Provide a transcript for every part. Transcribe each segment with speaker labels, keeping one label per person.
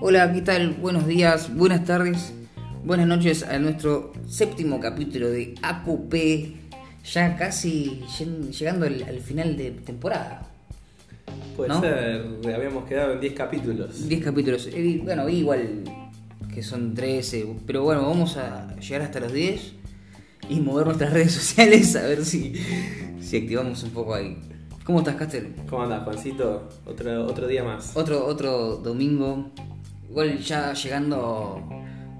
Speaker 1: Hola, ¿qué tal? Buenos días, buenas tardes, buenas noches a nuestro séptimo capítulo de AQP, ya casi llen- llegando al, al final de temporada.
Speaker 2: Puede
Speaker 1: ¿No?
Speaker 2: ser, habíamos quedado en 10 capítulos.
Speaker 1: 10 capítulos, Eh, bueno, igual que son 13, pero bueno, vamos a llegar hasta los 10 y mover nuestras redes sociales a ver si, si activamos un poco ahí. ¿Cómo estás, Castel?
Speaker 2: ¿Cómo andás, Juancito? Otro, otro día más.
Speaker 1: Otro, otro domingo, igual ya llegando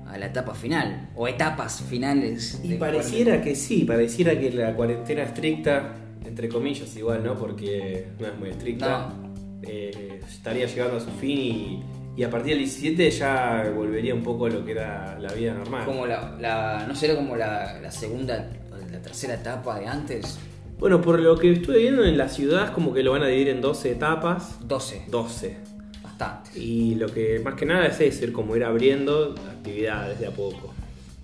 Speaker 1: a la etapa final, o etapas finales.
Speaker 2: Y
Speaker 1: del
Speaker 2: pareciera que sí, pareciera que la cuarentena estricta, entre comillas igual, ¿no? Porque no es muy estricta, eh, estaría llegando a su fin y, y a partir del 17 ya volvería un poco a lo que era la vida normal.
Speaker 1: Como la, la- no será como la, la segunda o la tercera etapa de antes,
Speaker 2: Bueno, por lo que estuve viendo en la ciudad es como que lo van a dividir en 12 etapas.
Speaker 1: 12,
Speaker 2: 12.
Speaker 1: bastante.
Speaker 2: Y lo que más que nada es eso, ir como ir abriendo actividades de a poco.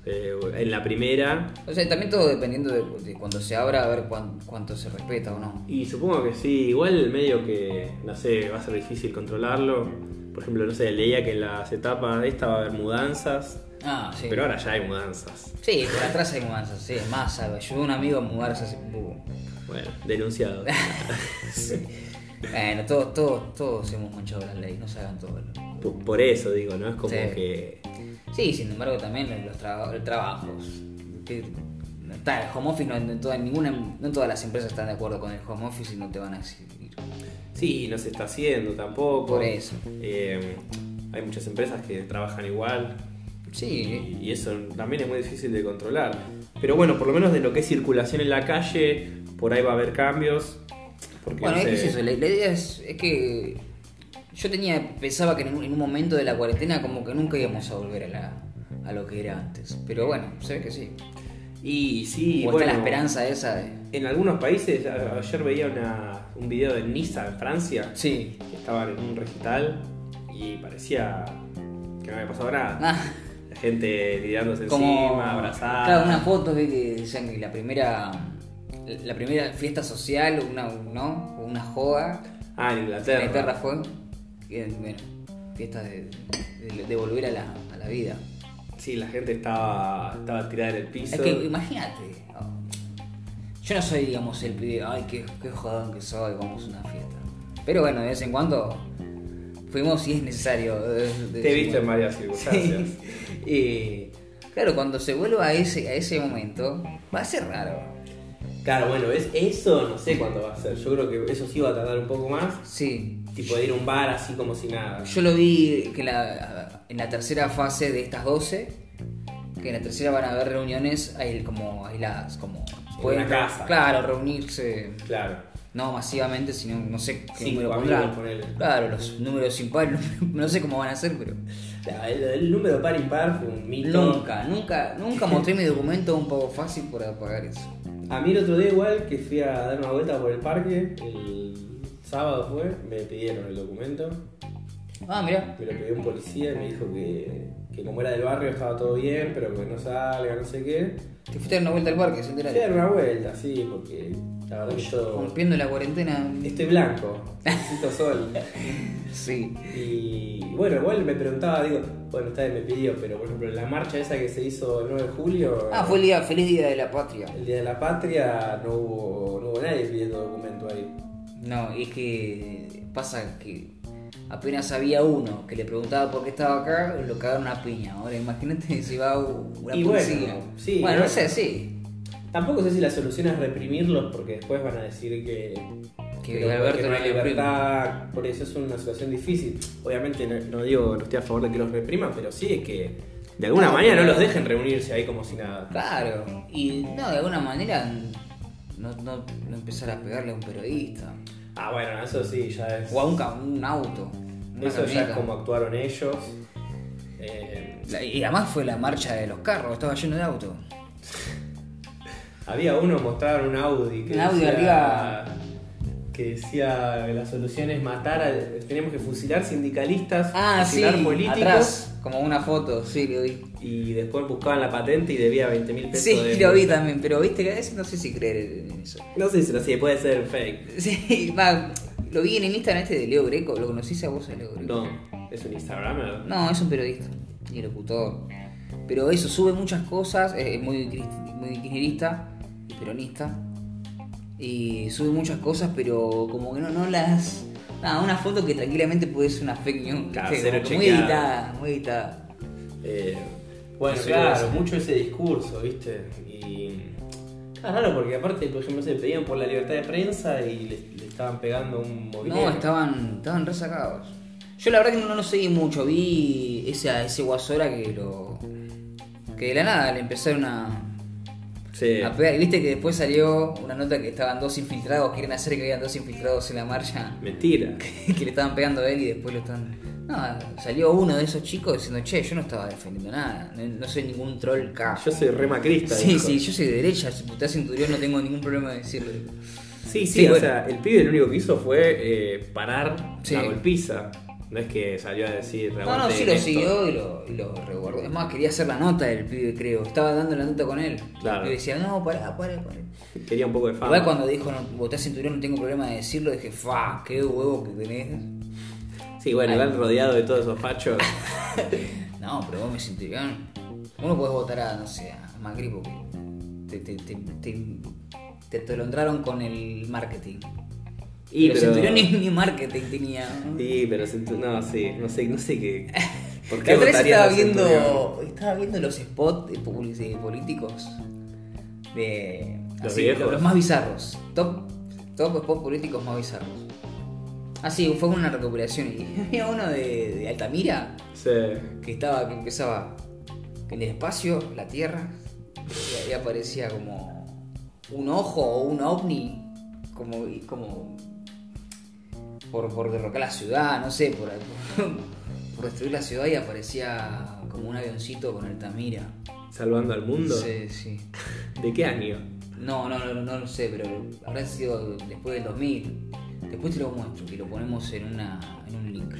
Speaker 2: Eh, en la primera,
Speaker 1: O sea, también todo dependiendo de, de cuando se abra, a ver cuán- cuánto se respeta o no.
Speaker 2: y supongo que sí, igual medio que, no sé, va a ser difícil controlarlo. Por ejemplo, no sé, leía que en las etapas de esta va a haber mudanzas,
Speaker 1: Ah, sí.
Speaker 2: pero ahora ya hay mudanzas.
Speaker 1: Sí, por atrás hay mudanzas, sí, es más, ayudó a un amigo a mudarse hace poco.
Speaker 2: Bueno, denunciado.
Speaker 1: Bueno, todos, todos, todos hemos manchado la ley, no se hagan todo. lo-
Speaker 2: Por, por eso digo, ¿no? Es como
Speaker 1: Sí.
Speaker 2: que...
Speaker 1: Sí, sin embargo, también los, los traba- los trabajos. Que- no Está, el home office no, en toda- ninguna, no todas las empresas están de acuerdo con el home office y no te van a exhibir.
Speaker 2: Sí, no se está haciendo tampoco.
Speaker 1: Por eso.
Speaker 2: Eh, hay muchas empresas que trabajan igual,
Speaker 1: Sí,
Speaker 2: Y y eso también es muy difícil de controlar. Pero bueno, por lo menos de lo que es circulación en la calle, por ahí va a haber cambios. Porque
Speaker 1: Bueno,
Speaker 2: no
Speaker 1: es que es
Speaker 2: sé,
Speaker 1: eso, la, la idea es, es que yo tenía, pensaba que en un, en un momento de la cuarentena como que nunca íbamos a volver a, la, a lo que era antes. Pero bueno, se ve que sí.
Speaker 2: Y sí,
Speaker 1: o
Speaker 2: bueno,
Speaker 1: está la esperanza esa de...
Speaker 2: En algunos países, a- ayer veía una- un video de Niza en Francia,
Speaker 1: Sí.
Speaker 2: que estaban en un recital y parecía que no había pasado nada.
Speaker 1: Ah,
Speaker 2: La gente tirándose
Speaker 1: como...
Speaker 2: encima, abrazada.
Speaker 1: Claro, una foto vi que decían que la primera... La primera fiesta social, una, ¿no? Una joda.
Speaker 2: Ah, en Inglaterra.
Speaker 1: En Inglaterra fue. Y, bueno, fiesta de, de- de volver a la, a la vida.
Speaker 2: Sí, la gente estaba, estaba tirada en el piso.
Speaker 1: Es que imagínate. oh, Yo no soy, digamos, el pibe, ay, qué, qué jodón que soy, vamos a una fiesta. Pero bueno, de vez en cuando fuimos si es necesario. eh, de- de-
Speaker 2: Te he
Speaker 1: de-
Speaker 2: visto en varias circunstancias.
Speaker 1: Eh, claro, cuando se vuelva a ese, a ese momento, va a ser raro.
Speaker 2: Claro, bueno, es, eso no sé cuándo va a ser. Yo creo que eso sí va a tardar un poco más.
Speaker 1: Sí.
Speaker 2: Tipo de ir a un bar así como si nada.
Speaker 1: Yo lo vi que la- en la tercera fase de estas 12, que en la tercera van a haber reuniones ahí como aisladas, como...
Speaker 2: En una casa.
Speaker 1: Claro, reunirse.
Speaker 2: Claro.
Speaker 1: No masivamente, sino no sé qué
Speaker 2: Cinco
Speaker 1: número
Speaker 2: amigos,
Speaker 1: pondrán.
Speaker 2: ponele.
Speaker 1: Claro, los números impares, no sé cómo van a ser, pero.
Speaker 2: La- El, el número par impar fue un mito.
Speaker 1: Nunca, nunca, nunca mostré mi documento un poco fácil para pagar eso.
Speaker 2: A mí el otro día igual que fui a dar una vuelta por el parque, el sábado fue, me pidieron el documento.
Speaker 1: Ah, mirá.
Speaker 2: Me lo pidió un policía y me dijo que, que como era del barrio estaba todo bien, pero que no salga, no sé qué.
Speaker 1: Te fuiste a dar una vuelta al parque, sin
Speaker 2: Fui a
Speaker 1: enterar.
Speaker 2: dar una vuelta, sí, porque la verdad que yo
Speaker 1: Rompiendo la cuarentena.
Speaker 2: estoy blanco, necesito sol.
Speaker 1: Sí.
Speaker 2: Y bueno, igual me preguntaba, digo, bueno, está bien, me pidió, pero por ejemplo, la marcha esa que se hizo el 9 de julio,
Speaker 1: Ah, fue el día, feliz día de la patria.
Speaker 2: el Día de la Patria, no hubo, no hubo nadie pidiendo documento ahí.
Speaker 1: No, es que pasa que apenas había uno que le preguntaba por qué estaba acá, lo cagaron a piña. Ahora imagínate si va una
Speaker 2: Y bueno,
Speaker 1: policía.
Speaker 2: sí,
Speaker 1: bueno, no
Speaker 2: bueno.
Speaker 1: sé, sí.
Speaker 2: Tampoco sé si la solución es reprimirlos, porque después van a decir que,
Speaker 1: Que
Speaker 2: no-
Speaker 1: Alberto
Speaker 2: no
Speaker 1: no
Speaker 2: hay
Speaker 1: le reprime.
Speaker 2: libertad, por eso es una situación difícil. Obviamente no, no digo, no estoy a favor de que los repriman, pero sí es que de alguna
Speaker 1: No,
Speaker 2: manera no
Speaker 1: pero-
Speaker 2: los dejen reunirse ahí como si nada.
Speaker 1: Claro, y no, de alguna manera no, no, no empezar a pegarle a un periodista
Speaker 2: Ah, bueno, eso sí, ya es...
Speaker 1: o a un, ca- un auto. una
Speaker 2: Eso ya
Speaker 1: camioneta.
Speaker 2: es como actuaron ellos. Eh,
Speaker 1: La- Y además fue la marcha de los carros, estaba lleno de autos.
Speaker 2: Había uno mostraron un Audi que
Speaker 1: Un Audi
Speaker 2: decía,
Speaker 1: arriba.
Speaker 2: que decía la solución es matar al- tenemos que fusilar sindicalistas,
Speaker 1: Ah, sí,
Speaker 2: fusilar políticos
Speaker 1: atrás, como una foto, sí, lo vi.
Speaker 2: y después buscaban la patente y debía 20 mil pesos.
Speaker 1: Sí,
Speaker 2: de-
Speaker 1: lo vi también, pero viste que a veces no sé si creer en eso.
Speaker 2: No sé si lo sé, puede ser fake.
Speaker 1: Sí, va, lo vi en el Instagram este de Leo Greco, ¿lo conocís a vos a Leo Greco?
Speaker 2: No, ¿Es un Instagramer?
Speaker 1: No, es un periodista y locutor. Pero eso, sube muchas cosas, es muy, cris- muy kirchnerista y peronista. Y sube muchas cosas, pero como que no, no las. Nada, una foto que tranquilamente puede ser una fake news.
Speaker 2: Claro,
Speaker 1: ¿viste?
Speaker 2: cero
Speaker 1: Como que muy
Speaker 2: chequeada.
Speaker 1: editada, muy editada.
Speaker 2: Eh, bueno,
Speaker 1: Eso
Speaker 2: claro,
Speaker 1: es.
Speaker 2: mucho ese discurso, ¿viste? Y. Es raro porque, aparte, por ejemplo, se pedían por la libertad de prensa y le, le estaban pegando un movilero.
Speaker 1: No, estaban, estaban resacados. Yo la verdad que no, no lo seguí mucho, vi ese, ese guasora que lo. que de la nada le empezaron a.
Speaker 2: Sí.
Speaker 1: A pegar. Y viste que después salió una nota que estaban dos infiltrados, quieren hacer que habían dos infiltrados en la marcha
Speaker 2: Mentira.
Speaker 1: que le estaban pegando a él y después lo están. No, salió uno de esos chicos diciendo, che, yo no estaba defendiendo nada, no, no soy ningún troll K.
Speaker 2: Yo soy re macrista.
Speaker 1: Sí,
Speaker 2: dijo.
Speaker 1: sí, yo soy de derecha, si puteás cinturón no tengo ningún problema de decirlo.
Speaker 2: Sí, sí,
Speaker 1: Sí,
Speaker 2: o
Speaker 1: bueno.
Speaker 2: sea, el pibe lo único que hizo fue eh, parar
Speaker 1: Sí.
Speaker 2: la golpiza. No es que salió a decir
Speaker 1: No, no,
Speaker 2: "Aguante
Speaker 1: sí lo
Speaker 2: esto".
Speaker 1: siguió y lo, y lo resguardó. Es más, quería hacer la nota del pibe, creo. Estaba dando la nota con él.
Speaker 2: Claro. Ah,
Speaker 1: Y decía, no, pará, pará, pará.
Speaker 2: Quería un poco de fama.
Speaker 1: Igual cuando dijo, no, votás cinturón, no tengo problema de decirlo, dije, fa, qué huevo que tenés.
Speaker 2: Sí, bueno,
Speaker 1: Ay.
Speaker 2: igual rodeado de todos esos fachos.
Speaker 1: No, pero vos me cinturón. Vos no podés votar a, no sé, a Macri porque te, te, te, te, te atolondraron con el marketing.
Speaker 2: Y,
Speaker 1: Y pero,
Speaker 2: pero-
Speaker 1: Centurión ni, ni marketing tenía.
Speaker 2: Sí, pero se entu- no, sí, no sé, no sé qué. ¿Por
Speaker 1: La otra vez
Speaker 2: votarías
Speaker 1: estaba
Speaker 2: a Centurión?
Speaker 1: viendo, estaba viendo los spots de public- de políticos de
Speaker 2: Los
Speaker 1: así,
Speaker 2: viejos.
Speaker 1: los, los más bizarros. Top, top spots políticos más bizarros. Ah, sí, fue una recuperación. Y había uno de, de Altamira.
Speaker 2: Sí.
Speaker 1: que estaba que empezaba en el espacio, la Tierra, y ahí aparecía como un ojo o un ovni, como, y como por, por derrocar la ciudad, no sé, por, por destruir la ciudad y aparecía como un avioncito con Altamira.
Speaker 2: Salvando al mundo.
Speaker 1: Sí, sí.
Speaker 2: ¿De qué año?
Speaker 1: No, no, no, no, no lo sé, pero habrá sido después del 2000. Después te lo muestro y lo ponemos en, una, en un link.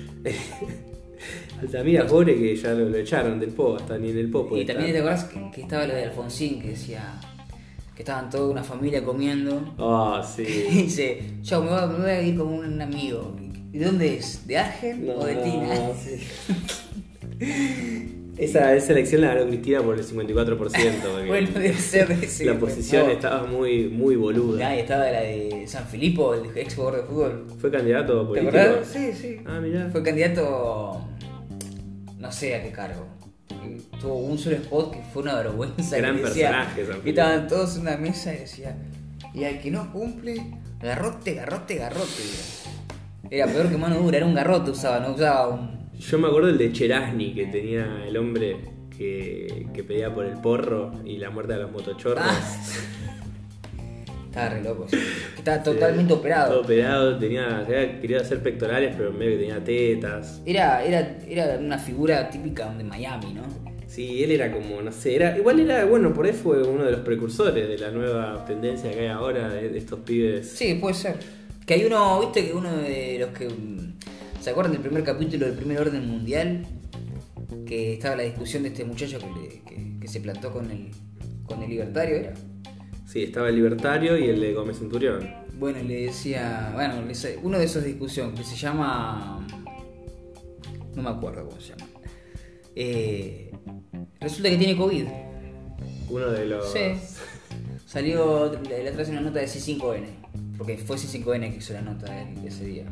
Speaker 2: Altamira, pobre que ya lo, lo echaron del po, hasta ni en el po puede
Speaker 1: Y también te
Speaker 2: estar.
Speaker 1: acordás que, que estaba lo de Alfonsín que decía que estaban toda una familia comiendo.
Speaker 2: Ah,
Speaker 1: Y
Speaker 2: sí.
Speaker 1: dice, yo me voy, a- me voy a ir con un amigo. ¿De dónde es? ¿De Argen o de Tina?
Speaker 2: sí. Esa, esa elección la ganó Cristina por el 54%. porque
Speaker 1: Bueno, debe ser de ese.
Speaker 2: la
Speaker 1: pues,
Speaker 2: oposición
Speaker 1: no.
Speaker 2: estaba muy, muy boluda.
Speaker 1: Ah, y estaba la de San Filipo, el ex jugador de fútbol.
Speaker 2: ¿Fue candidato
Speaker 1: ¿Te
Speaker 2: político?
Speaker 1: acordás? Sí, sí.
Speaker 2: Ah, mirá.
Speaker 1: Fue candidato. No sé a qué cargo. Porque Tuvo un solo spot que fue una vergüenza.
Speaker 2: Gran
Speaker 1: que decía-
Speaker 2: personaje, San Felipe.
Speaker 1: Y estaban todos en una mesa y decía: Y al que no cumple, garrote, garrote, garrote. Era peor que mano dura, era un garrote usaba, no usaba un.
Speaker 2: Yo me acuerdo el de Cherasny que tenía el hombre que, que pedía por el porro y la muerte de los motochorros.
Speaker 1: Ah. Estaba re loco. sí. Estaba totalmente
Speaker 2: Todo
Speaker 1: operado.
Speaker 2: operado, tenía, tenía- quería hacer pectorales, pero medio que tenía tetas.
Speaker 1: Era, era, era una figura típica de Miami, ¿no?
Speaker 2: Sí, él era como, no sé, era. Igual era, bueno, por ahí fue uno de los precursores de la nueva tendencia que hay ahora de, de estos pibes.
Speaker 1: Sí, puede ser. Que hay uno, viste que uno de los que. mm, ¿Se acuerdan del primer capítulo del primer orden mundial? Que estaba la discusión de este muchacho que, le- que- que se plantó con el, con el libertario, ¿era?
Speaker 2: Sí, estaba el libertario y el de Gómez Centurión.
Speaker 1: Bueno, y le decía. Bueno, le dice- uno de esos discusión que se llama. No me acuerdo cómo se llama. Eh, resulta que tiene COVID.
Speaker 2: Uno de los.
Speaker 1: Sí. Salió la la otra vez una nota de C5N. Porque fue C5N que hizo la nota de- de ese día.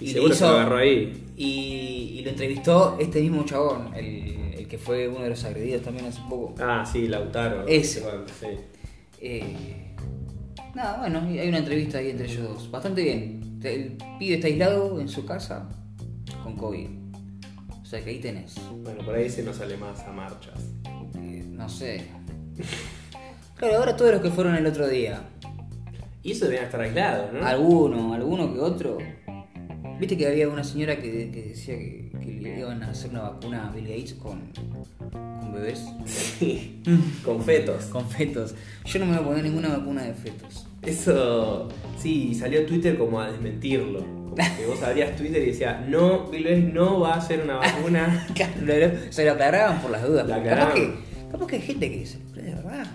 Speaker 2: Y,
Speaker 1: Y le
Speaker 2: seguro se
Speaker 1: hizo-
Speaker 2: lo agarró ahí.
Speaker 1: Y, y lo entrevistó este mismo chabón, el, el que fue uno de los agredidos también hace poco.
Speaker 2: Ah, sí, Lautaro.
Speaker 1: Ese.
Speaker 2: Sí.
Speaker 1: Eh, nada, bueno, hay una entrevista ahí entre ellos dos. Bastante bien. Te- El pibe está aislado en su casa con COVID. O sea que ahí tenés.
Speaker 2: Bueno, por ahí se nos sale más a marchas.
Speaker 1: Eh, no sé. Claro, ahora todos los que fueron el otro día.
Speaker 2: Y eso deberían estar aislados, ¿no?
Speaker 1: Alguno, alguno que otro. Viste que había una señora que, que decía que, que le iban a hacer una vacuna a Bill Gates con, con bebés.
Speaker 2: Sí. Con fetos.
Speaker 1: Con fetos. Yo no me voy a poner ninguna vacuna de fetos.
Speaker 2: Eso. Sí, salió Twitter como a desmentirlo. Como que vos abrías Twitter y decía, no, Bill Gates no va a hacer una vacuna.
Speaker 1: Se lo aclaraban por las dudas.
Speaker 2: La
Speaker 1: porque
Speaker 2: aclaraban.
Speaker 1: capaz, que, capaz que hay gente que dice, "Pero de verdad.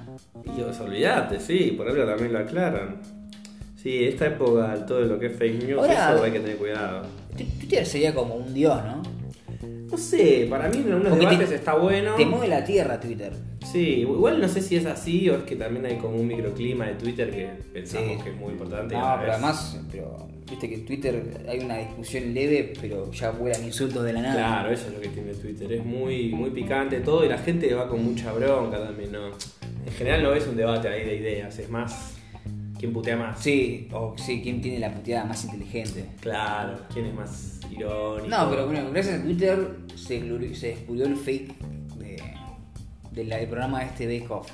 Speaker 2: "Pues Y vos olvidate, sí, por algo también lo aclaran. Sí, esta época, todo lo que es fake news,
Speaker 1: Ahora-
Speaker 2: eso hay que tener cuidado.
Speaker 1: Tu- Twitter sería como un dios, ¿no?
Speaker 2: No sé, para mí en algunos
Speaker 1: Porque te-
Speaker 2: debates está bueno.
Speaker 1: Te mueve la tierra Twitter.
Speaker 2: Sí, igual no sé si es así o es que también hay como un microclima de Twitter que pensamos
Speaker 1: Sí.
Speaker 2: que es muy importante. y a
Speaker 1: No,
Speaker 2: la
Speaker 1: pero
Speaker 2: vez-
Speaker 1: además, pero viste que en Twitter hay una discusión leve, pero ya vuelan insultos de la nada.
Speaker 2: Claro, eso es lo que tiene Twitter. Es muy, muy picante todo y la gente va con mucha bronca también, ¿no? En general no es un debate ahí de ideas, es más quién putea más.
Speaker 1: Sí, o sí, ¿quién tiene la puteada más inteligente?
Speaker 2: Claro, quién es más irónico.
Speaker 1: No, pero bueno, gracias a Twitter se, glori- se descubrió el fake de, de la- del programa este Bake Off.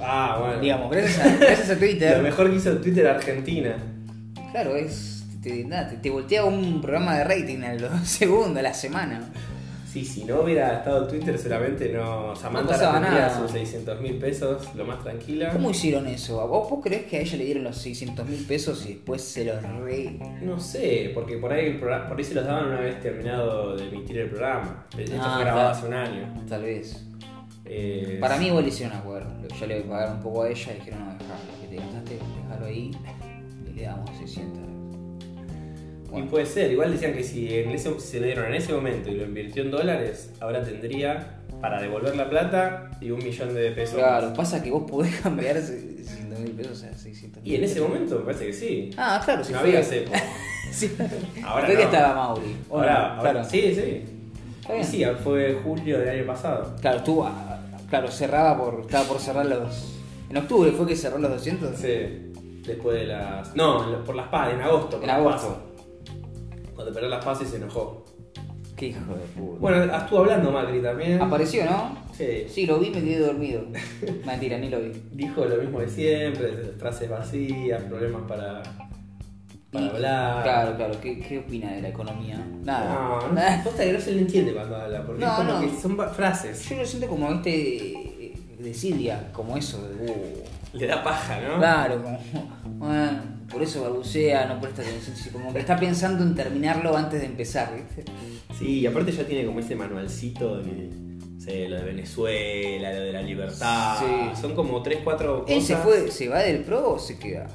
Speaker 2: Ah, bueno.
Speaker 1: Digamos, gracias a, gracias a
Speaker 2: Lo
Speaker 1: Twitter.
Speaker 2: mejor que hizo Twitter Argentina.
Speaker 1: Claro, es. Te, nada, te, te voltea un programa de rating a los segundos, a la semana.
Speaker 2: Sí, si no hubiera estado Twitter seguramente no. Samantha
Speaker 1: pasaba
Speaker 2: la tendría
Speaker 1: nada.
Speaker 2: sus 600 mil pesos, lo más tranquila.
Speaker 1: ¿Cómo hicieron eso? ¿A ¿Vos, vos crees que a ella le dieron los 600 mil pesos y después se los re.
Speaker 2: No sé, porque por ahí, el programa- por ahí se los daban una vez terminado de emitir el programa. Esto
Speaker 1: Ah,
Speaker 2: fue grabado
Speaker 1: claro.
Speaker 2: hace un año.
Speaker 1: Tal vez.
Speaker 2: Eh,
Speaker 1: Para mí igual hicieron acuerdo. Ya le pagaron un poco a ella y dijeron, no, dejalo, que te gastaste, dejalo ahí y le damos 600.
Speaker 2: Y
Speaker 1: Bueno,
Speaker 2: puede ser, igual decían que si en ese, se le dieron en ese momento y lo invirtió en dólares, ahora tendría para devolver la plata y un millón de pesos.
Speaker 1: claro, pasa que vos podés cambiar 600 mil pesos a 600
Speaker 2: Y en ese momento me parece que sí.
Speaker 1: Ah, claro, si
Speaker 2: no
Speaker 1: fue-
Speaker 2: había cepo.
Speaker 1: sí.
Speaker 2: Ahora
Speaker 1: Creo que
Speaker 2: no.
Speaker 1: estaba Mauri. ¿o no?
Speaker 2: Ahora, ahora
Speaker 1: claro.
Speaker 2: sí, sí.
Speaker 1: Está bien.
Speaker 2: Y sí, fue julio del año pasado.
Speaker 1: Claro, estuvo, ah, claro, cerraba por, estaba por cerrar los... En octubre fue que cerró los 200.
Speaker 2: Sí. Después de las. No, en la- por las PAS, en agosto. por
Speaker 1: En
Speaker 2: las
Speaker 1: agosto.
Speaker 2: PAS. Cuando perdió las PAS y se enojó.
Speaker 1: Qué hijo de puta.
Speaker 2: Bueno, estuvo hablando Macri también.
Speaker 1: Apareció, ¿no?
Speaker 2: Sí.
Speaker 1: Sí, lo vi, me quedé dormido. Mentira, ni lo vi.
Speaker 2: Dijo lo mismo de siempre: frases vacías, problemas para. para
Speaker 1: Y-
Speaker 2: hablar.
Speaker 1: Claro, claro. ¿Qué, qué opina de la economía? Nada.
Speaker 2: No, no, posta que no se le entiende cuando habla, porque
Speaker 1: No,
Speaker 2: es como
Speaker 1: no.
Speaker 2: que son va- frases.
Speaker 1: Yo lo siento como este desidia, como eso. de, uh,
Speaker 2: Le da paja, ¿no?
Speaker 1: Claro, como. bueno, por eso balbucea, no presta atención. sí, Como que está pensando en terminarlo antes de empezar, ¿viste?
Speaker 2: Sí, y aparte ya tiene como ese manualcito de. no sé, lo de Venezuela, lo de la libertad.
Speaker 1: Sí.
Speaker 2: Son como 3, 4 cosas.
Speaker 1: ¿Él se fue, se va del pro o se queda?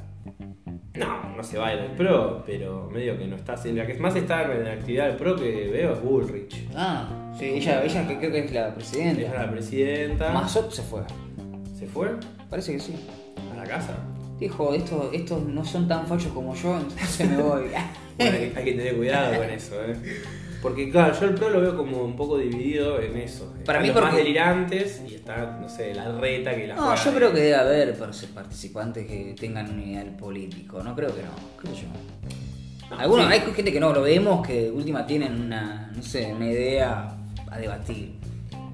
Speaker 2: No, no se va del pro, pero medio que no está. La que más está en la actividad del pro que veo es Bullrich.
Speaker 1: Ah, sí, ella, ella que creo que es la
Speaker 2: Ella es
Speaker 1: presidenta.
Speaker 2: la presidenta.
Speaker 1: Mazot se fue.
Speaker 2: ¿Se fue?
Speaker 1: Parece que sí.
Speaker 2: ¿A la casa?
Speaker 1: Dijo, estos, estos no son tan fachos como yo, entonces me voy.
Speaker 2: Bueno, hay, hay que tener cuidado con eso, ¿eh? Porque, claro, yo el pro lo veo como un poco dividido en eso.
Speaker 1: Para
Speaker 2: Están
Speaker 1: mí
Speaker 2: los más
Speaker 1: porque-
Speaker 2: delirantes y está, no sé, la reta que la
Speaker 1: No,
Speaker 2: juega
Speaker 1: yo
Speaker 2: de-
Speaker 1: creo que debe haber parce- participantes que tengan un ideal político, no creo que no, creo yo.
Speaker 2: No,
Speaker 1: Algunos,
Speaker 2: sí.
Speaker 1: hay gente que no, lo vemos, que de última tienen una, no sé, una idea a debatir.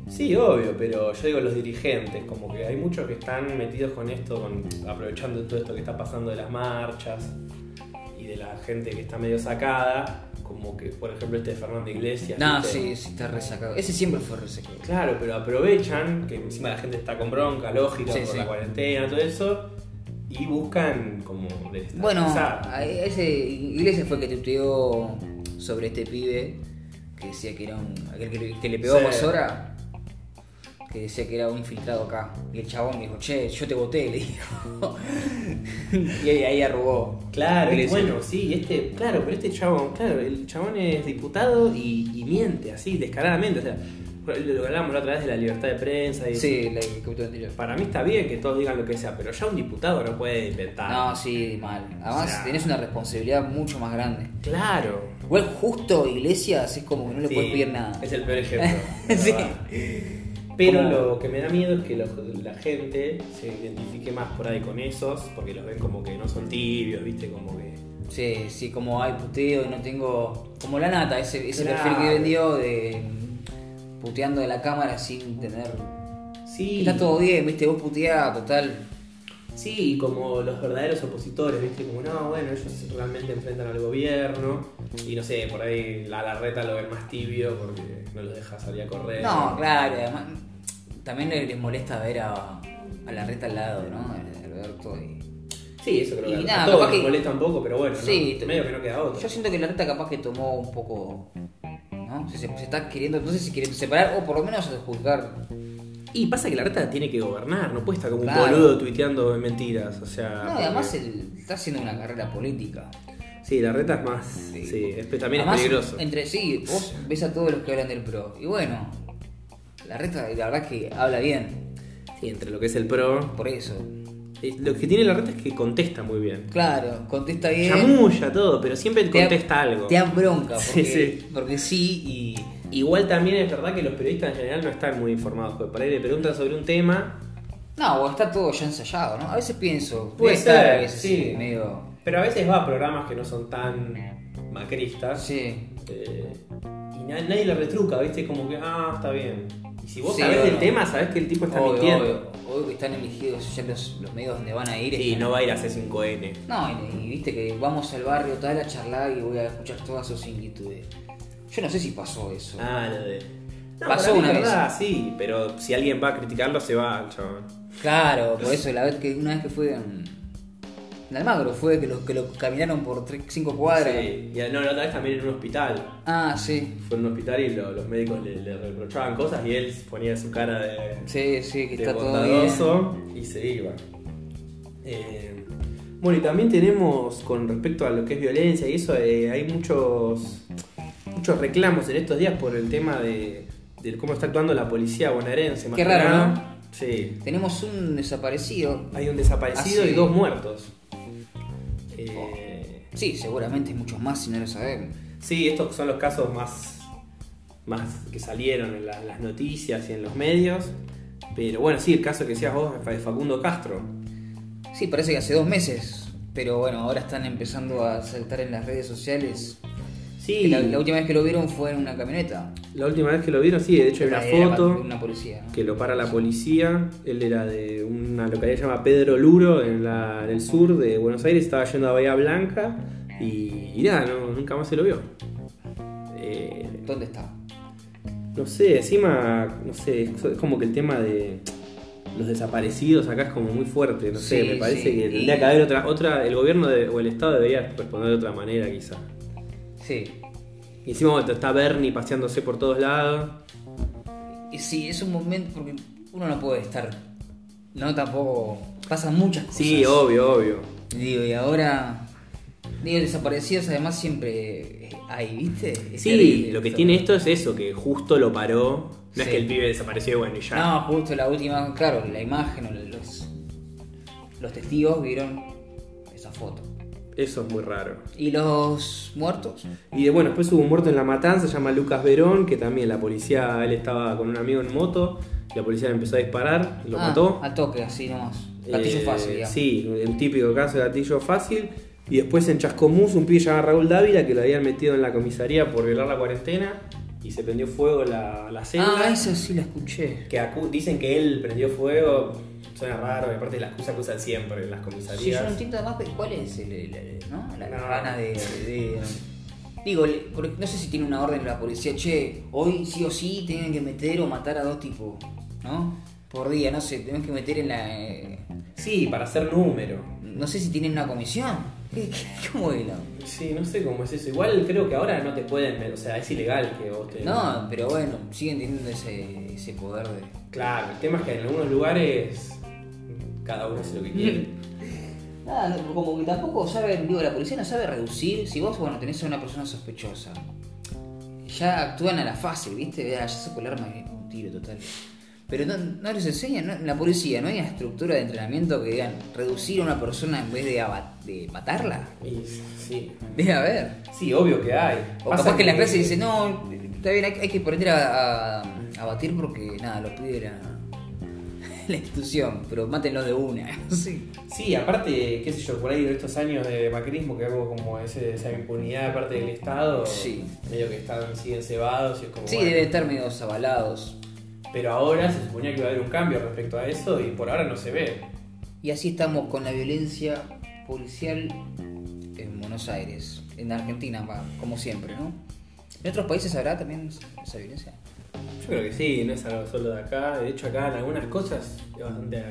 Speaker 2: Sí, obvio, pero yo digo los dirigentes, como que hay muchos que están metidos con esto, con- aprovechando todo esto que está pasando de las marchas y de la gente que está medio sacada, como que por ejemplo este Fernando Iglesias.
Speaker 1: No,
Speaker 2: ¿viste?
Speaker 1: sí, sí, está resacado. Ese siempre fue resacado.
Speaker 2: Claro, pero aprovechan, que encima la gente está con bronca, lógica,
Speaker 1: Sí,
Speaker 2: por
Speaker 1: sí.
Speaker 2: la cuarentena, todo eso, y buscan como
Speaker 1: Bueno,
Speaker 2: desestabilizar.
Speaker 1: a ese Iglesias fue el que tuiteó sobre este pibe que decía que era un. aquel que le, que le pegó
Speaker 2: Sí.
Speaker 1: a Mazora, que decía que era un infiltrado acá. Y el chabón dijo, che, yo te voté, le dijo. y ahí, ahí arrugó.
Speaker 2: Claro, y
Speaker 1: Iglesias.
Speaker 2: bueno, sí, este, claro, pero este chabón, claro, el chabón es diputado y, y miente así, descaradamente. O sea, lo lo hablábamos la otra vez de la libertad de prensa y
Speaker 1: Sí, la el capítulo anterior.
Speaker 2: Para mí está bien que todos digan lo que sea, pero ya un diputado no puede inventar.
Speaker 1: No, sí, mal. Además,
Speaker 2: Ah. O sea-
Speaker 1: tenés una responsabilidad mucho más grande.
Speaker 2: Claro.
Speaker 1: Igual justo Iglesias es como que no le
Speaker 2: Sí,
Speaker 1: puedes pedir nada.
Speaker 2: Es el peor ejemplo. la
Speaker 1: Sí.
Speaker 2: verdad. Pero
Speaker 1: Como-
Speaker 2: lo que me da miedo es que los- la gente se identifique más por ahí con esos, porque los ven como que no son tibios, ¿viste? Como que.
Speaker 1: Sí, sí, como hay puteo y no tengo. Como la nata, ese, ese
Speaker 2: Claro.
Speaker 1: perfil que vendió de. puteando de la cámara sin tener.
Speaker 2: Sí.
Speaker 1: Está todo bien, viste, vos puteás, total.
Speaker 2: Sí, como los verdaderos opositores, ¿viste? Como, no, bueno, ellos realmente enfrentan al gobierno. Y no sé, por ahí la larreta lo ven más tibio porque no los deja salir a correr.
Speaker 1: No, claro, y además. También les les molesta ver a, a la reta al lado, ¿no? A Alberto y.
Speaker 2: Sí, eso creo
Speaker 1: Y
Speaker 2: que
Speaker 1: nada,
Speaker 2: a todos
Speaker 1: capaz
Speaker 2: nos
Speaker 1: que-
Speaker 2: molesta un poco, pero bueno,
Speaker 1: Sí,
Speaker 2: no,
Speaker 1: te-
Speaker 2: medio que no queda otro.
Speaker 1: Yo siento que la reta capaz que tomó un poco. ¿No? Se, se- se está queriendo, no sé si quieren separar o por lo menos juzgar
Speaker 2: Y pasa que la reta tiene que gobernar, no puede estar como un
Speaker 1: Claro.
Speaker 2: boludo tuiteando mentiras. O sea.
Speaker 1: No, y además
Speaker 2: Ah, porque-
Speaker 1: él está haciendo una carrera política.
Speaker 2: Sí, la reta es más. Sí, es- pero también
Speaker 1: Además,
Speaker 2: es peligroso.
Speaker 1: Entre sí, vos ves a todos los que hablan del pro. Y bueno, la reta, la verdad es que habla bien.
Speaker 2: Sí, entre lo que es el pro.
Speaker 1: Por eso.
Speaker 2: Eh, Lo que tiene la reta es que contesta muy bien.
Speaker 1: Claro, contesta bien.
Speaker 2: Chamulla todo, pero siempre
Speaker 1: Eh. Te da-
Speaker 2: contesta algo.
Speaker 1: Te dan bronca.
Speaker 2: Sí,
Speaker 1: Porque,
Speaker 2: sí.
Speaker 1: Porque sí y.
Speaker 2: Igual también es verdad que los periodistas en general no están muy informados, porque para ahí le preguntan sobre un tema,
Speaker 1: No, o está todo ya ensayado, ¿no? A veces pienso.
Speaker 2: Puede
Speaker 1: debe estar
Speaker 2: ser,
Speaker 1: a veces,
Speaker 2: sí.
Speaker 1: Medio.
Speaker 2: pero a veces va a programas que no son tan macristas
Speaker 1: Sí.
Speaker 2: eh, y na- nadie le retruca, ¿viste? Como que, ah, está bien. Y si vos
Speaker 1: Sí,
Speaker 2: sabés del
Speaker 1: obvio.
Speaker 2: tema, sabés que el tipo está
Speaker 1: Obvio,
Speaker 2: mintiendo.
Speaker 1: obvio. Obvio que están elegidos ya los, los medios donde van a ir.
Speaker 2: Sí,
Speaker 1: están-
Speaker 2: no va a ir a C5N.
Speaker 1: No, y, y viste que vamos al barrio tal a charlar y voy a escuchar todas sus inquietudes. Yo no sé si pasó eso.
Speaker 2: Ah, lo de. No,
Speaker 1: Pasó
Speaker 2: para mí
Speaker 1: una
Speaker 2: es
Speaker 1: vez.
Speaker 2: verdad, sí, pero si alguien va a criticarlo, se va al chabón.
Speaker 1: Claro, por eso la vez que una vez que fue en, en Almagro fue que lo, que lo caminaron por 5 cuadras.
Speaker 2: Sí, y no, la otra vez también en un hospital.
Speaker 1: Ah, sí.
Speaker 2: Fue en un hospital y lo- los médicos le, le reprochaban cosas y él ponía su cara de.
Speaker 1: Sí, sí, que
Speaker 2: de
Speaker 1: está todo bien.
Speaker 2: bondadoso y se iba. Eh, bueno, y también tenemos con respecto a lo que es violencia y eso, eh, hay muchos muchos reclamos en estos días por el tema de, de cómo está actuando la policía bonaerense. más
Speaker 1: Qué
Speaker 2: que
Speaker 1: raro,
Speaker 2: nada.
Speaker 1: ¿no?
Speaker 2: Sí.
Speaker 1: Tenemos un desaparecido.
Speaker 2: Hay un desaparecido
Speaker 1: Ah, sí.
Speaker 2: y dos muertos. Eh,
Speaker 1: Sí, seguramente hay muchos más si no lo sabemos.
Speaker 2: Sí, estos son los casos más, más que salieron en la- las noticias y en los medios. Pero bueno, sí, el caso que decías vos de Facundo Castro.
Speaker 1: Sí, parece que hace dos meses. Pero bueno, ahora están empezando a saltar en las redes sociales.
Speaker 2: Sí,
Speaker 1: La, la última vez que lo vieron fue en una camioneta.
Speaker 2: La última vez que lo vieron, sí, de hecho hay una
Speaker 1: Era de la
Speaker 2: foto
Speaker 1: pat- una policía. ¿no?
Speaker 2: que lo para la policía. Él era de una localidad que se llama Pedro Luro, en, la- en el sur de Buenos Aires, estaba yendo a Bahía Blanca y, y nada, no- nunca más se lo vio. Eh,
Speaker 1: ¿Dónde está?
Speaker 2: no sé, encima, no sé, es es como que el tema de los desaparecidos acá es como muy fuerte, no sé,
Speaker 1: Sí,
Speaker 2: me parece
Speaker 1: sí,
Speaker 2: que
Speaker 1: y-
Speaker 2: tendría que haber otra, otra, el gobierno de- o el Estado debería responder de otra manera quizá.
Speaker 1: Sí.
Speaker 2: Y encima bueno, está Bernie paseándose por todos lados.
Speaker 1: Y sí, es un momento porque uno no puede estar. No, tampoco. Pasan muchas cosas.
Speaker 2: Sí, obvio, obvio.
Speaker 1: Digo, y ahora. Digo, desaparecidos además siempre eh, hay, ¿viste? Es
Speaker 2: Sí,
Speaker 1: terrible
Speaker 2: lo que
Speaker 1: esto.
Speaker 2: tiene esto es eso, que justo lo paró. No es
Speaker 1: Sí.
Speaker 2: que el pibe desapareció y bueno, y ya.
Speaker 1: No, justo la última, claro, la imagen o los. Los testigos vieron esa foto.
Speaker 2: Eso es muy raro.
Speaker 1: ¿Y los muertos?
Speaker 2: Y de- bueno, después hubo un muerto en la matanza, se llama Lucas Verón, que también la policía, él estaba con un amigo en moto, y la policía le empezó a disparar, lo
Speaker 1: Ah,
Speaker 2: mató.
Speaker 1: Al toque, así nomás. Gatillo
Speaker 2: Eh,
Speaker 1: fácil, digamos.
Speaker 2: Sí, un típico caso de gatillo fácil. Y después en Chascomús, un pibe llamado Raúl Dávila, que lo habían metido en la comisaría por violar la cuarentena, y se prendió fuego la, la celda.
Speaker 1: Ah, esa sí la escuché.
Speaker 2: Que acu- dicen que él prendió fuego, suena raro, y aparte la excusa que usan siempre en las comisarías.
Speaker 1: Sí, yo no entiendo además que- cuál es el, el- el- ¿no? la
Speaker 2: No.
Speaker 1: gana de, de- Digo, le- porque no sé si tiene una orden de la policía, che, hoy sí o sí tienen que meter o matar a dos tipos, ¿no? Por día, no sé, tenemos que meter en la... eh,
Speaker 2: Sí, para hacer número.
Speaker 1: no sé si tienen una comisión. ¿Qué, qué- cómo es la-
Speaker 2: Sí, no sé cómo es eso. Igual creo que ahora no te pueden, o sea, es ilegal que vos te...
Speaker 1: No, pero bueno, siguen teniendo ese, ese poder de...
Speaker 2: Claro, el tema es que en algunos lugares cada uno hace lo que quiere.
Speaker 1: Nada, no, como que tampoco saben, digo, la policía no sabe reducir. Si vos, bueno, tenés a una persona sospechosa, ya actúan a la fácil, ¿viste? Ah, ya sacó el arma y un tiro total. Pero no, no les enseñan, no- en la policía no hay una estructura de entrenamiento que digan reducir a una persona en vez de, aba- de matarla.
Speaker 2: Y sí.
Speaker 1: Debe haber.
Speaker 2: Sí, obvio que hay.
Speaker 1: O
Speaker 2: Pasa
Speaker 1: capaz que en la clase dicen, no, está bien, hay, hay que aprender a, a- a batir porque, nada, lo pide la, la institución, pero mátenlo de una. Sí.
Speaker 2: Sí, aparte, qué sé yo, por ahí de estos años de macrismo que hago como ese- esa impunidad de parte del Estado,
Speaker 1: Sí.
Speaker 2: medio que están, siguen cebados y es como...
Speaker 1: Sí,
Speaker 2: bueno.
Speaker 1: deben estar medio avalados.
Speaker 2: Pero ahora se suponía que iba a haber un cambio respecto a eso y por ahora no se ve.
Speaker 1: Y así estamos con la violencia policial en Buenos Aires, en Argentina, va, como siempre, ¿no? ¿En otros países habrá también esa violencia?
Speaker 2: Yo creo que sí, no es algo solo de acá. De hecho, acá en algunas cosas es bastante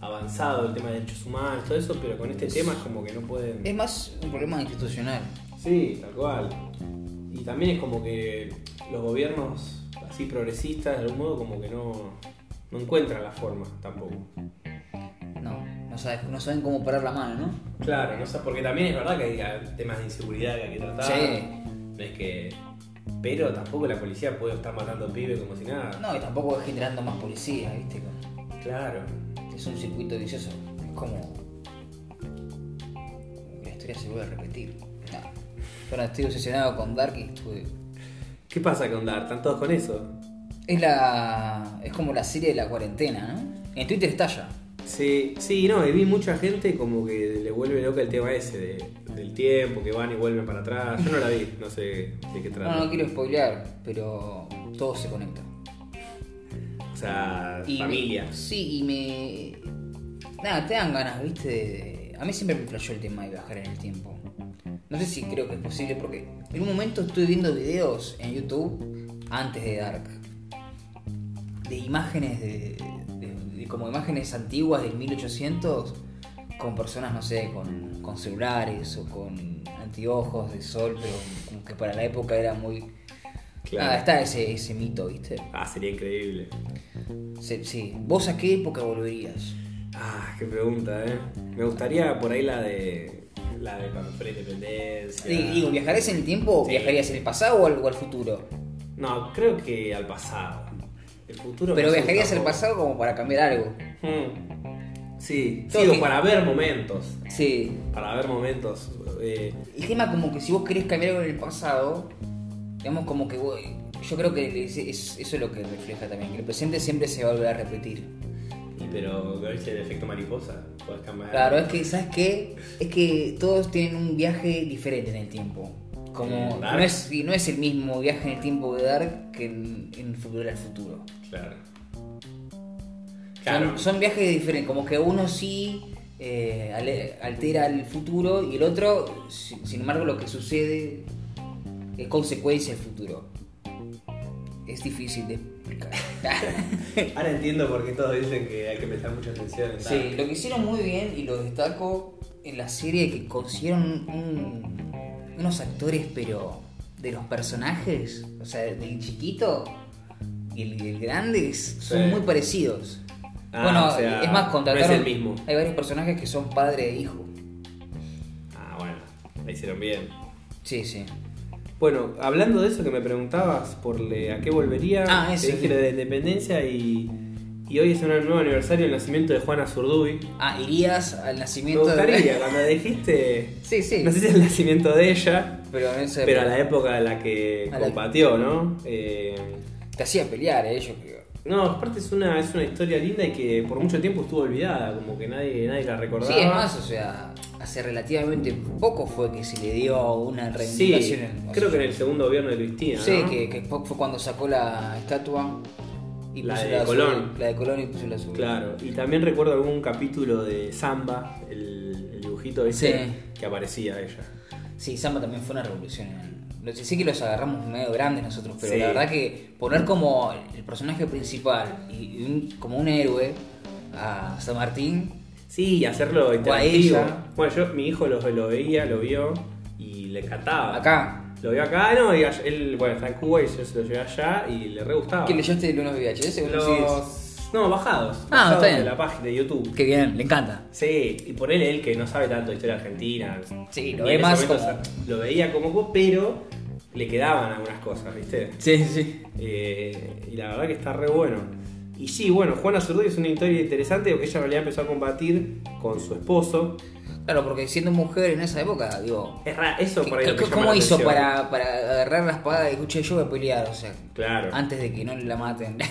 Speaker 2: avanzado el tema de derechos humanos, todo eso, pero con este tema es como que no pueden.
Speaker 1: Es más un problema institucional.
Speaker 2: Sí, tal cual. Y también es como que los gobiernos así progresistas, de algún modo, como que no, no encuentran la forma tampoco.
Speaker 1: No, no, sabes- no saben cómo parar la mano, ¿no?
Speaker 2: Claro, no sé, porque también es verdad que hay ah, temas de inseguridad que hay que tratar.
Speaker 1: Sí.
Speaker 2: No es que. Pero tampoco la policía puede estar matando pibes como si nada.
Speaker 1: No, y tampoco es generando más policía, ¿viste? Como-
Speaker 2: Claro.
Speaker 1: Es un circuito vicioso. Es como. como que la historia se vuelve a repetir. No. Yo ahora estoy obsesionado con Dark y estuve.
Speaker 2: ¿Qué pasa con Dar? ¿Están todos con eso?
Speaker 1: Es la. Es como la serie de la cuarentena, ¿no? En Twitter está ya.
Speaker 2: Sí, sí, no, y vi mucha gente como que le vuelve loca el tema ese de- del tiempo, que van y vuelven para atrás. Yo no la vi, no sé de qué trata.
Speaker 1: No, no quiero spoilear, pero todo se conecta.
Speaker 2: O sea,
Speaker 1: Y me-
Speaker 2: familia.
Speaker 1: sí, y me. Nada, te dan ganas, viste. de- A mí siempre me flashó el tema de viajar en el tiempo. No sé si creo que es posible porque en un momento estoy viendo videos en YouTube antes de Dark. De imágenes de, de- de- como imágenes antiguas del 1800 con personas, no sé, con, con celulares o con anteojos de sol, pero como que para la época era muy...
Speaker 2: Claro.
Speaker 1: Nada, está ese, ese mito, ¿viste?
Speaker 2: Ah, sería increíble.
Speaker 1: Sí, sí. ¿Vos a qué época volverías?
Speaker 2: Ah, qué pregunta, eh. Me gustaría por ahí la de. La de cuando fue la independencia.
Speaker 1: Di- Digo, ¿viajarías en el tiempo o
Speaker 2: Sí.
Speaker 1: viajarías en el pasado o al, o al futuro?
Speaker 2: No, creo que al pasado. El futuro.
Speaker 1: Pero
Speaker 2: me
Speaker 1: viajarías
Speaker 2: asusta
Speaker 1: al
Speaker 2: un poco.
Speaker 1: pasado como para cambiar algo.
Speaker 2: Mm. Sí,
Speaker 1: Todo
Speaker 2: sí, o
Speaker 1: que-
Speaker 2: para ver momentos.
Speaker 1: Sí.
Speaker 2: Para ver momentos. eh,
Speaker 1: El tema como que si vos querés cambiar algo en el pasado, digamos como que vos- yo creo que es- es- eso es lo que refleja también, que el presente siempre se va a volver a repetir.
Speaker 2: y pero, ¿ves el efecto mariposa? Podés cambiar.
Speaker 1: Claro, es que, ¿sabes qué? Es que todos tienen un viaje diferente en el tiempo. Como
Speaker 2: Mm, Dark.
Speaker 1: no es, y no es el mismo viaje en el tiempo de Dark que en, en Futuro al Futuro.
Speaker 2: Claro.
Speaker 1: Son, son viajes diferentes, como que uno sí eh, ale- altera el futuro y el otro, si- sin embargo, lo que sucede es consecuencia del futuro. Es difícil de explicar.
Speaker 2: Ahora entiendo por qué todos dicen que hay que prestar mucha atención. en
Speaker 1: sí,
Speaker 2: tal.
Speaker 1: lo que hicieron muy bien, y lo destaco, en la serie que consiguieron un- unos actores, pero de los personajes, o sea, del chiquito y el, y el grande, es- son
Speaker 2: Sí.
Speaker 1: muy parecidos.
Speaker 2: Ah,
Speaker 1: bueno,
Speaker 2: o sea,
Speaker 1: es más,
Speaker 2: no
Speaker 1: contrataron.
Speaker 2: es el mismo.
Speaker 1: Hay varios personajes que son padre e hijo.
Speaker 2: Ah, bueno, la hicieron bien.
Speaker 1: Sí, sí.
Speaker 2: Bueno, hablando de eso que me preguntabas por le- a qué volvería,
Speaker 1: Ah, eso,
Speaker 2: te dije
Speaker 1: sí.
Speaker 2: lo de la independencia y, y hoy es un nuevo aniversario del nacimiento de Juana Zurduy.
Speaker 1: Ah, irías al
Speaker 2: Me
Speaker 1: nacimiento
Speaker 2: gustaría,
Speaker 1: de.
Speaker 2: cuando dijiste,
Speaker 1: sí, sí.
Speaker 2: no sé si es el nacimiento de ella,
Speaker 1: Pero en ese.
Speaker 2: pero a la época en la que
Speaker 1: A la-
Speaker 2: combatió, ¿no? Eh,
Speaker 1: Te hacía pelear, eh, yo creo.
Speaker 2: no, aparte es una, es una historia linda y que por mucho tiempo estuvo olvidada, como que nadie, nadie la recordaba.
Speaker 1: Sí, es más, o sea, hace relativamente poco fue que se le dio una
Speaker 2: Sí,
Speaker 1: reivindicación. en- o
Speaker 2: creo que
Speaker 1: sea,
Speaker 2: en el segundo gobierno de Cristina.
Speaker 1: Sí,
Speaker 2: ¿no?
Speaker 1: que, que fue fue cuando sacó la estatua. Y
Speaker 2: La
Speaker 1: puso
Speaker 2: de
Speaker 1: azul,
Speaker 2: Colón.
Speaker 1: La de Colón y puso la azul.
Speaker 2: Claro, y también recuerdo algún capítulo de Samba, el, el dibujito ese
Speaker 1: Sí.
Speaker 2: que aparecía ella.
Speaker 1: Sí, Samba también fue una revolución. Lo que sí que los agarramos medio grandes nosotros, pero
Speaker 2: Sí.
Speaker 1: la verdad que poner como el personaje principal y y un- como un héroe a San Martín,
Speaker 2: Sí, y hacerlo interactivo.
Speaker 1: ella.
Speaker 2: Bueno, yo, mi hijo lo, lo veía, lo vio y le encantaba.
Speaker 1: acá.
Speaker 2: Lo vio acá, no, y a- él, bueno, está en Cuba y yo se lo llevé allá y le re gustaba.
Speaker 1: ¿Qué leyaste este de unos VHS? ¿Vos decís?
Speaker 2: Los... No, bajados.
Speaker 1: Ah,
Speaker 2: bajados
Speaker 1: está bien.
Speaker 2: de la página de YouTube.
Speaker 1: Qué bien, le encanta.
Speaker 2: Sí, y por él, él que no sabe tanto de historia argentina.
Speaker 1: Sí,
Speaker 2: Y
Speaker 1: lo
Speaker 2: en
Speaker 1: ve
Speaker 2: ese
Speaker 1: más
Speaker 2: momento,
Speaker 1: como-
Speaker 2: o sea, lo veía como vos, pero le quedaban algunas cosas, ¿viste?
Speaker 1: Sí, sí.
Speaker 2: Eh, y la verdad que está re bueno. Y sí, bueno, Juana Zurduy es una historia interesante porque ella en realidad empezó a combatir con su esposo.
Speaker 1: Claro, porque siendo mujer en esa época, digo.
Speaker 2: Es ra- eso
Speaker 1: ¿qué-
Speaker 2: por ahí. lo que
Speaker 1: qué-
Speaker 2: llama
Speaker 1: ¿Cómo
Speaker 2: la
Speaker 1: hizo
Speaker 2: atención.
Speaker 1: para, para agarrar la espada y escuché yo voy a pelear? O sea,
Speaker 2: Claro.
Speaker 1: antes de que no la maten. Ah,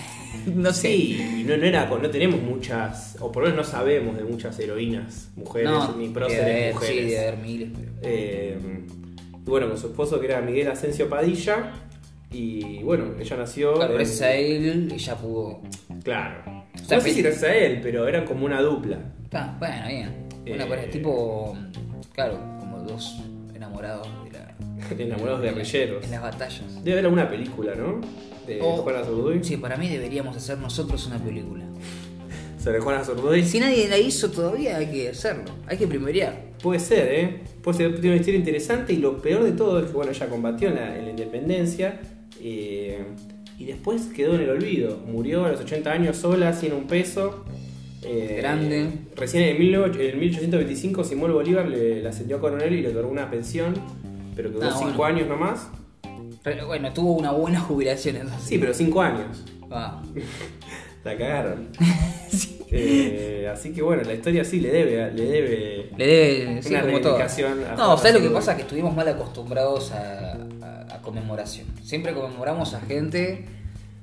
Speaker 1: no sé.
Speaker 2: Sí, y no, no era, no tenemos muchas, o por lo menos no sabemos de muchas heroínas, mujeres, ni
Speaker 1: debe
Speaker 2: próceres
Speaker 1: haber,
Speaker 2: mujeres.
Speaker 1: Sí, de haber miles, pero.
Speaker 2: Eh, y bueno, con su esposo que era Miguel Asensio Padilla. Y bueno, ella nació.
Speaker 1: Claro,
Speaker 2: en-
Speaker 1: gracias a él ella pudo.
Speaker 2: Claro.
Speaker 1: O sea,
Speaker 2: no sé si
Speaker 1: pe-
Speaker 2: gracias a él, pero eran como una dupla.
Speaker 1: Está, bueno, bien. Una
Speaker 2: Eh,
Speaker 1: pareja tipo. Claro, como dos enamorados de la.
Speaker 2: Enamorados de guerrilleros.
Speaker 1: En las batallas.
Speaker 2: Debe haber alguna película, ¿no? De
Speaker 1: Oh.
Speaker 2: Juana Zurduy.
Speaker 1: Sí, para mí deberíamos hacer nosotros una película.
Speaker 2: Sobre Juana Zurduy.
Speaker 1: Si nadie la hizo todavía, hay que hacerlo. Hay que primerear.
Speaker 2: Puede ser, ¿eh? Puede ser tiene una historia interesante y lo peor de todo es que, bueno, ella combatió en la, en la independencia. eh, Y después quedó en el olvido. Murió a los 80 años sola, sin un peso. Eh,
Speaker 1: Grande.
Speaker 2: Recién en, 19 en 1825 Simón Bolívar le, la ascendió a coronel y le otorgó una pensión, pero que duró
Speaker 1: Ah,
Speaker 2: 5
Speaker 1: bueno.
Speaker 2: años nomás.
Speaker 1: Pero bueno, tuvo una buena jubilación entonces.
Speaker 2: Sí, pero 5 años.
Speaker 1: Ah,
Speaker 2: La cagaron. Eh, así que bueno, la historia sí le debe, le debe
Speaker 1: le debe sí,
Speaker 2: Una
Speaker 1: como todo.
Speaker 2: reivindicación a
Speaker 1: No, ¿sabes lo que
Speaker 2: Brasil.
Speaker 1: pasa? Que estuvimos mal acostumbrados a, a- a conmemoración. Siempre conmemoramos a gente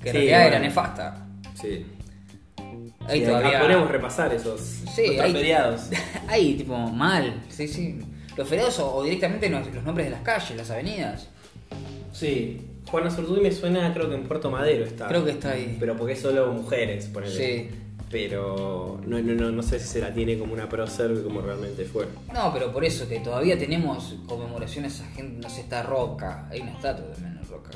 Speaker 1: que en
Speaker 2: Sí,
Speaker 1: realidad
Speaker 2: bueno.
Speaker 1: era nefasta.
Speaker 2: Sí.
Speaker 1: Ahí
Speaker 2: Sí,
Speaker 1: todavía.
Speaker 2: acá podemos repasar esos,
Speaker 1: Sí,
Speaker 2: nuestros
Speaker 1: hay-
Speaker 2: feriados.
Speaker 1: Ahí, tipo, mal. Sí, sí. Los feriados o, o directamente los, los nombres de las calles, las avenidas.
Speaker 2: Sí. Juana Azurduy me suena, creo que en Puerto Madero está.
Speaker 1: Creo que está ahí.
Speaker 2: Pero porque es solo mujeres, ponele.
Speaker 1: Sí.
Speaker 2: Pero no, no, no, no sé si se la tiene como una prócer como realmente fue.
Speaker 1: No, pero por eso que todavía tenemos conmemoraciones a gente, no sé, está Roca, hay una estatua también en Roca,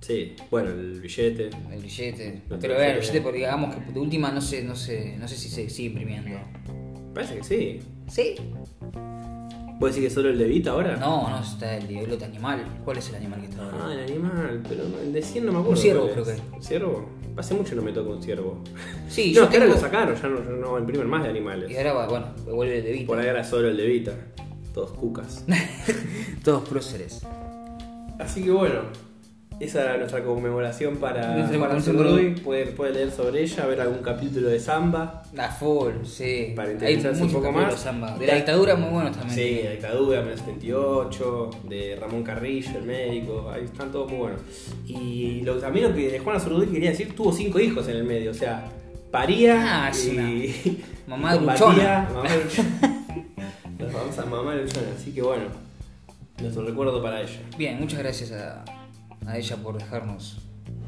Speaker 2: Sí. Bueno, el billete.
Speaker 1: el billete.
Speaker 2: No te
Speaker 1: pero a ver, el
Speaker 2: refieres.
Speaker 1: billete porque digamos que de última no sé, no sé, no sé si se sigue imprimiendo.
Speaker 2: Parece que sí.
Speaker 1: ¿Sí?
Speaker 2: ¿Vos decís que solo el de Vita ahora?
Speaker 1: No, no, está el diablote animal. ¿Cuál es el animal que está
Speaker 2: Ah,
Speaker 1: ahora?
Speaker 2: el animal, pero no- el de 100 no me acuerdo.
Speaker 1: Un ciervo,
Speaker 2: cuál es.
Speaker 1: creo que.
Speaker 2: ¿Un ciervo? Hace mucho no me toca un ciervo.
Speaker 1: Sí,
Speaker 2: no,
Speaker 1: yo
Speaker 2: que ahora
Speaker 1: tengo-
Speaker 2: lo sacaron, ya no, ya no imprimen más de
Speaker 1: Y
Speaker 2: animales.
Speaker 1: ahora va, bueno, vuelve el de Vita.
Speaker 2: Por ahí era solo el de Vita. Todos cucas.
Speaker 1: Todos próceres.
Speaker 2: Así que bueno, esa era nuestra conmemoración para,
Speaker 1: Nuestra
Speaker 2: para
Speaker 1: conmemoración
Speaker 2: Zurduy.
Speaker 1: por
Speaker 2: Pueden, pueden leer sobre ella, ver algún capítulo de Samba.
Speaker 1: La full, sí.
Speaker 2: Para
Speaker 1: Hay
Speaker 2: interiorizarse un
Speaker 1: muchos
Speaker 2: poco
Speaker 1: capítulos
Speaker 2: más.
Speaker 1: samba. De la dictadura muy buenos también.
Speaker 2: Sí, la dictadura, 1978, de Ramón Carrillo, el médico, ahí están todos muy buenos. Y lo, también lo que Juana Azurduy quería decir, tuvo cinco hijos en el medio, o sea, paría
Speaker 1: Ah, es
Speaker 2: y,
Speaker 1: una mamá
Speaker 2: y combatía,
Speaker 1: luchona.
Speaker 2: Mamá luchona. La famosa mamá luchona, así que bueno, nuestro recuerdo para ella.
Speaker 1: Bien, muchas gracias a, a ella por dejarnos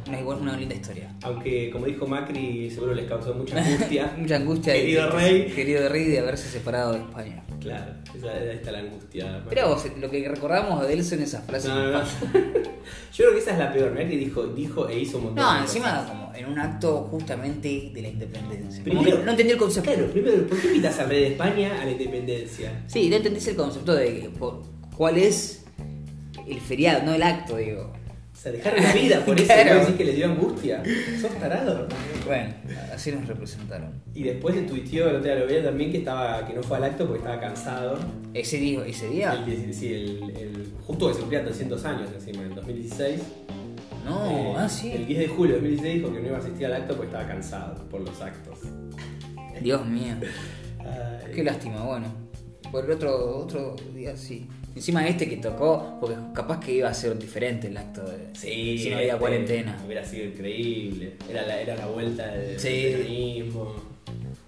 Speaker 1: una, igual una linda historia.
Speaker 2: Aunque, como dijo Macri, seguro les causó mucha angustia.
Speaker 1: Mucha angustia de-
Speaker 2: Querido
Speaker 1: de,
Speaker 2: rey.
Speaker 1: querido rey de haberse separado de España.
Speaker 2: Claro, esa, ahí está la angustia.
Speaker 1: Pero vos, lo que recordamos de él son esas frases.
Speaker 2: Ah, No, no, no. Yo creo que esa es la peor, mirá que dijo, dijo e hizo un montón
Speaker 1: No,
Speaker 2: de
Speaker 1: encima
Speaker 2: cosas.
Speaker 1: como en un acto justamente de la independencia. Como
Speaker 2: Primero-
Speaker 1: que no entendí el concepto.
Speaker 2: Claro, primero, ¿por qué invitas al rey de España a la independencia?
Speaker 1: Sí, no entendés el concepto de que por- cuál es el feriado, no el acto, digo.
Speaker 2: O sea, dejaron la vida por eso,
Speaker 1: Claro.
Speaker 2: ¿no decís que les dio angustia. Sos tarado.
Speaker 1: Bueno, así nos representaron.
Speaker 2: Y después el tuiteó, el otro día lo veía también, que, estaba, que no fue al acto porque estaba cansado.
Speaker 1: Ese día, ese día,
Speaker 2: El, sí, el, el- justo que se cumplían 300 años encima, en 2016.
Speaker 1: no,
Speaker 2: Eh,
Speaker 1: ah, sí.
Speaker 2: El 10 de julio de 2016 dijo que no iba a asistir al acto porque estaba cansado por los actos.
Speaker 1: Dios mío.
Speaker 2: Ay.
Speaker 1: Qué lástima, bueno. Por el otro, otro día sí. Encima este que tocó, porque capaz que iba a ser diferente el acto de.
Speaker 2: Sí,
Speaker 1: Si no había
Speaker 2: este,
Speaker 1: cuarentena.
Speaker 2: Hubiera sido increíble. Era la, era la vuelta del
Speaker 1: Sí.
Speaker 2: peronismo.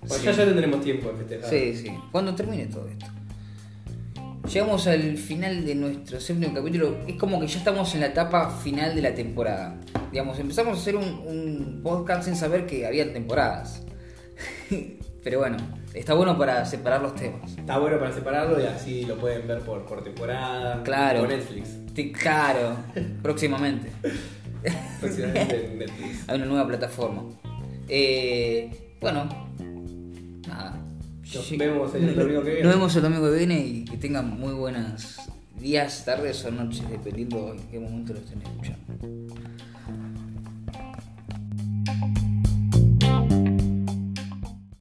Speaker 2: Bueno,
Speaker 1: Sí.
Speaker 2: ya, ya tendremos tiempo de festejar.
Speaker 1: Sí, sí. Cuando termine todo esto. Llegamos al final de nuestro séptimo capítulo. Es como que ya estamos en la etapa final de la temporada. Digamos, empezamos a hacer un, un podcast sin saber que había temporadas. Pero bueno, está bueno para separar los temas.
Speaker 2: Está bueno para separarlo y así lo pueden ver por, por temporada.
Speaker 1: Claro.
Speaker 2: Por Netflix.
Speaker 1: Te- Claro, próximamente.
Speaker 2: Próximamente en Netflix.
Speaker 1: Hay una nueva plataforma. Eh, bueno, nada.
Speaker 2: Nos
Speaker 1: Sí.
Speaker 2: vemos el domingo que viene.
Speaker 1: Nos vemos el domingo que viene y que tengan muy buenas días, tardes o noches, dependiendo en qué momento lo estén escuchando.